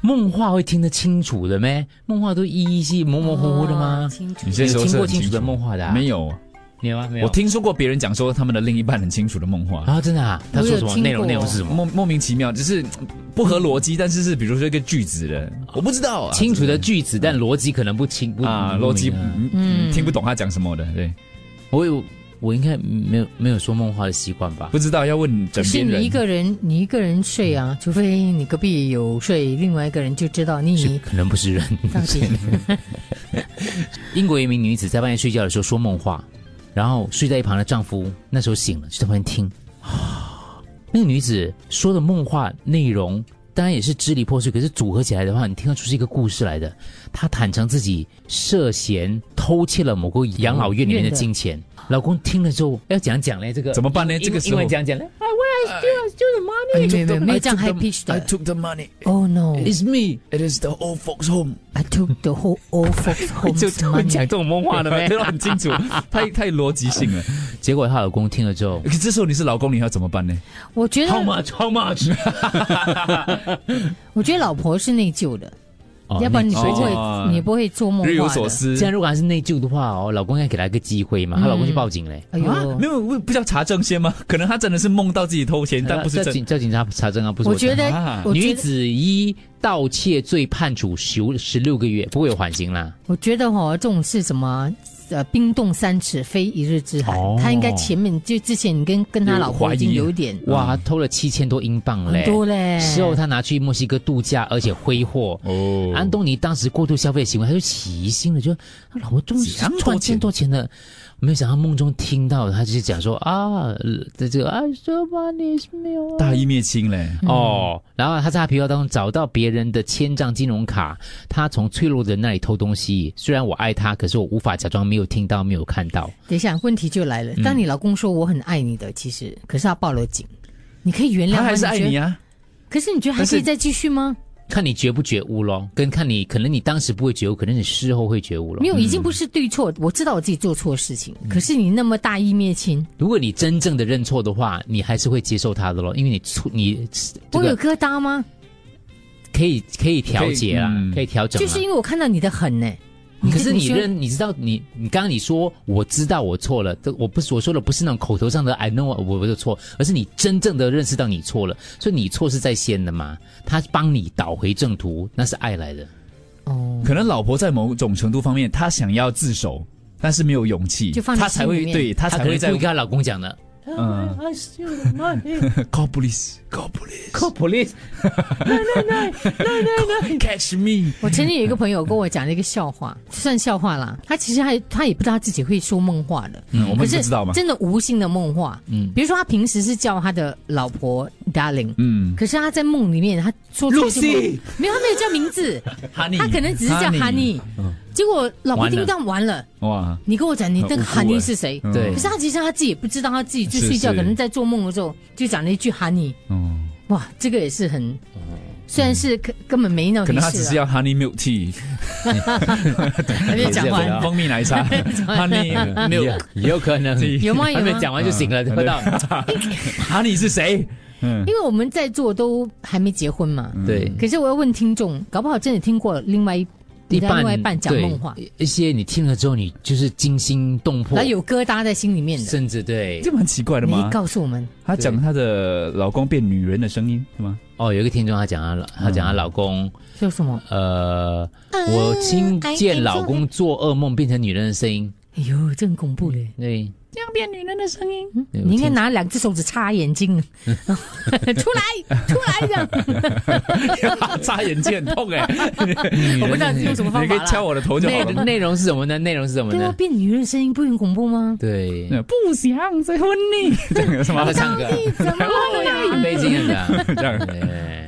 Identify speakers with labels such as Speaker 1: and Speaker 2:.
Speaker 1: 梦话会听得清楚的咩？梦话都依依稀模模糊糊的吗？
Speaker 2: 哦清楚
Speaker 3: 有些时候
Speaker 1: 你有听
Speaker 3: 是很
Speaker 1: 过清
Speaker 3: 清
Speaker 1: 楚
Speaker 3: 楚
Speaker 1: 的梦话的啊
Speaker 3: 没有，
Speaker 1: 没有啊，没有。
Speaker 3: 我听说过别人讲说他们的另一半很清楚的梦话，哦
Speaker 1: 啊，真的啊，他
Speaker 2: 我
Speaker 1: 说
Speaker 2: 有
Speaker 1: 什么
Speaker 2: 听
Speaker 1: 内容？
Speaker 2: 过
Speaker 1: 内容是什么？
Speaker 3: 莫莫名其妙，只是嗯不合逻辑，但是是比如说一个句子的，我不知道啊，
Speaker 1: 哦清楚的句子，但逻辑可能不清不
Speaker 3: 啊，
Speaker 1: 不明
Speaker 3: 逻辑
Speaker 1: 嗯啊
Speaker 3: 嗯嗯听不懂他讲什么的，对，
Speaker 1: 我有，我应该没有没有说梦话的习惯吧？
Speaker 3: 不知道要问
Speaker 2: 可
Speaker 3: 枕
Speaker 2: 是
Speaker 3: 边
Speaker 2: 你一
Speaker 3: 人。
Speaker 2: 个人，你一个人睡啊，除非你隔壁有睡，另外一个人就知道
Speaker 1: 是
Speaker 2: 你
Speaker 1: 可能不 是人。
Speaker 2: 到底。啊
Speaker 1: 英国一名女子在半夜睡觉的时候说梦话，然后睡在一旁的丈夫那时候醒了，就在旁边听。 那个女子说的梦话内容当然也是支离破碎，可是组合起来的话，你听得出是一个故事来的。她坦诚自己涉嫌偷窃了某个养老院里面的金钱，老公听了之后要讲讲嘞，这个
Speaker 3: 怎么办呢
Speaker 1: 英
Speaker 3: 这个时候
Speaker 1: 英文讲讲嘞
Speaker 2: 没有没有没 有没有这样 high pitch
Speaker 3: I
Speaker 1: 啊
Speaker 2: 的。
Speaker 3: took the money.
Speaker 2: Oh no!
Speaker 1: ，It's me，
Speaker 3: It is the old folks home.。
Speaker 2: I took the whole old folks
Speaker 1: 就
Speaker 2: home's
Speaker 1: 突然讲
Speaker 2: money.
Speaker 1: 这种梦话的呗
Speaker 3: 哎这个很清楚，太太逻辑性了。
Speaker 1: 结果她老公听了之 后
Speaker 3: 可这时候你是老公，你要怎么办呢？
Speaker 2: 我觉
Speaker 1: ，How
Speaker 2: 得，
Speaker 1: much? How much？
Speaker 2: 我觉得老婆是内疚的，
Speaker 1: 哦
Speaker 2: 要不然你
Speaker 1: 那
Speaker 2: 不
Speaker 3: 所以
Speaker 2: 会，
Speaker 3: 就
Speaker 2: 你不会做梦
Speaker 3: 日有
Speaker 2: 话
Speaker 3: 所
Speaker 2: 的。
Speaker 3: 思
Speaker 1: 这。样如果还是内疚的话哦，老公应该给她一个机会
Speaker 3: 嗯
Speaker 1: 嘛，她老公去报警嘞。
Speaker 2: 哎呦
Speaker 3: 啊没，有，不不叫查证先吗？可能他真的是梦到自己偷钱，但不是
Speaker 1: 叫
Speaker 3: 真。
Speaker 1: 警叫警察查证啊，不是
Speaker 2: 我
Speaker 1: 我
Speaker 2: 觉
Speaker 1: 讲
Speaker 2: 得
Speaker 3: 啊，
Speaker 2: 我觉
Speaker 1: 女
Speaker 2: 得，
Speaker 1: 子一盗窃罪判处十十六个月，不会有缓刑啦。
Speaker 2: 我觉得哈，这种是什么？呃，冰冻三尺，非一日之寒
Speaker 1: 哦。
Speaker 2: 他应该前面就之前你跟跟他老婆已经
Speaker 3: 有怀疑
Speaker 2: 有点
Speaker 1: 哇，她偷了七千多英镑
Speaker 2: 很
Speaker 1: 嘞，
Speaker 2: 多嘞。
Speaker 1: 事后她拿去墨西哥度假，而且挥霍。
Speaker 3: 哦
Speaker 1: 安东尼当时过度消费的行为，他就起疑心了，就他老婆终于啊
Speaker 3: 这样多
Speaker 1: 突然间
Speaker 3: 钱
Speaker 1: 多钱了，没有想到梦中听到，他就是讲说啊，这这个啊，so money is me 哦
Speaker 3: 大义灭亲嘞。
Speaker 1: 哦，然后他在他皮包当中找到别人的千张金融卡，他从脆弱的人那里偷东西。虽然我爱他，可是我无法假装没有听到、没有看到。
Speaker 2: 等一下，问题就来了。
Speaker 3: 嗯
Speaker 2: 当你老公说我很爱你的，其实可是他报了警，你可以原谅
Speaker 3: 他
Speaker 2: 吗
Speaker 3: 还是爱
Speaker 2: 觉得
Speaker 3: 你啊，
Speaker 2: 可是你觉得还可以再继续吗？
Speaker 1: 看你觉不觉悟咯，跟看你可能你当时不会觉悟，可能你事后会觉悟
Speaker 3: 嗯
Speaker 1: 咯
Speaker 2: 没。有，已经不是对错。我知道我自己做错事情，可是你那么大义灭亲，
Speaker 1: 嗯如果你真正的认错的话，你还是会接受他的咯，因为你错你这
Speaker 2: 我有
Speaker 1: 个
Speaker 2: 疙瘩吗？
Speaker 1: 可以可以调节啦，
Speaker 3: 可以嗯
Speaker 1: 可以调整
Speaker 2: 就
Speaker 1: 啦。
Speaker 2: 是因为我看到你的狠呢、
Speaker 3: 嗯
Speaker 1: 可是你
Speaker 2: 说
Speaker 1: 认，你知道你你刚刚你说我知道我错了，这我不是我说的不是那种口头上的 I know 我我的错，而是你真正的认识到你错了，所以你错是在先的嘛，他帮你导回正途，那是爱来的。
Speaker 2: 哦，
Speaker 3: 可能老婆在某种程度方面，她想要自首，但是没有勇气，
Speaker 2: 就放在
Speaker 3: 她才
Speaker 2: 心
Speaker 3: 会
Speaker 2: 里面
Speaker 3: 对她
Speaker 1: 她
Speaker 3: 才
Speaker 1: 可
Speaker 3: 会
Speaker 1: 能
Speaker 3: 在
Speaker 1: 故意跟她老公讲的
Speaker 3: 嗯 call police call police
Speaker 1: ，Call police，
Speaker 3: catch me。
Speaker 2: 我曾经有一个朋友跟我讲了一个笑话，算笑话啦。他其实还他也不知道他自己会说梦话的，
Speaker 3: 嗯，我
Speaker 2: 可
Speaker 3: 们
Speaker 2: 是
Speaker 3: 不知道嘛。
Speaker 2: 真的无心的梦话。嗯，比如说他平时是叫他的老婆 darling，
Speaker 3: 嗯
Speaker 2: 可是他在梦里面他说出去
Speaker 3: Lucy
Speaker 2: 没有他没有叫名字，
Speaker 3: ，Honey，
Speaker 2: 他可能只是叫
Speaker 3: Honey
Speaker 2: honey，结果老婆
Speaker 1: 完了
Speaker 2: 听到完了，
Speaker 3: 哇，
Speaker 2: 你跟我讲你那个
Speaker 3: 很无辜
Speaker 2: honey
Speaker 3: 欸
Speaker 2: 是谁？
Speaker 3: 嗯
Speaker 1: 对
Speaker 2: 可是他其实他自己也不知道，他自己就是睡觉，
Speaker 3: 是
Speaker 2: 可能在做梦的时候就讲了一句 honey，
Speaker 3: 嗯，
Speaker 2: 哇，这个也是很，虽然是根根本没那
Speaker 3: 可
Speaker 2: 回
Speaker 3: 能他只
Speaker 2: 事啊
Speaker 3: 是
Speaker 2: 了，
Speaker 3: 要 honey milk tea，
Speaker 2: 还没有 讲
Speaker 3: 也是
Speaker 2: 完
Speaker 3: 蜂。蜂蜜奶 茶，honey
Speaker 1: 没有
Speaker 3: milk，
Speaker 1: 有可能
Speaker 2: 啊有吗？有
Speaker 1: 还没
Speaker 2: 吗？
Speaker 1: 讲完就醒
Speaker 3: 啊
Speaker 1: 了，喝到
Speaker 3: honey 是谁？嗯
Speaker 2: 因为我们在座都还没结婚嘛，
Speaker 1: 对。
Speaker 2: 可是我要问听众，搞不好真的听过另外一
Speaker 1: 一
Speaker 2: 你的
Speaker 1: 半
Speaker 2: 另外一半讲
Speaker 1: 对
Speaker 2: 梦话，
Speaker 1: 一些你听了之后，你就是惊心动魄
Speaker 2: 然后，有疙瘩在心里面的，
Speaker 1: 甚至对
Speaker 3: 这蛮奇怪的
Speaker 2: 你可
Speaker 3: 嘛
Speaker 2: 以。告诉我们。
Speaker 3: 她讲她的老公变女人的声音是吗？
Speaker 1: 哦，有一个听众他讲她老，他
Speaker 2: 嗯
Speaker 1: 讲她老公
Speaker 2: 说什么？
Speaker 1: 呃，我听见老公做噩梦变成女人的声音，
Speaker 2: 哎呦，这很恐怖嘞！
Speaker 1: 对，
Speaker 4: 这样变女人的声音。
Speaker 1: 对
Speaker 2: 你应该。
Speaker 1: 我听
Speaker 2: 拿两只手指插 眼睛，出来，出来这样。
Speaker 3: 眨眼睛很痛哎，
Speaker 2: 我不知道用什么方
Speaker 3: 你
Speaker 2: 法
Speaker 3: 可以
Speaker 2: 啦
Speaker 3: 敲我的头就好
Speaker 1: 内
Speaker 3: 了。
Speaker 1: 内容是什么呢？内容是什么
Speaker 2: 对啊，
Speaker 1: 呢？
Speaker 2: 变女人的声音不很恐怖吗？
Speaker 1: 对，
Speaker 4: 不想再婚你。
Speaker 3: 这样有什么
Speaker 1: 他？在唱歌，
Speaker 2: 哎 怎么
Speaker 1: 啊 北京人的。
Speaker 3: 这样
Speaker 1: 对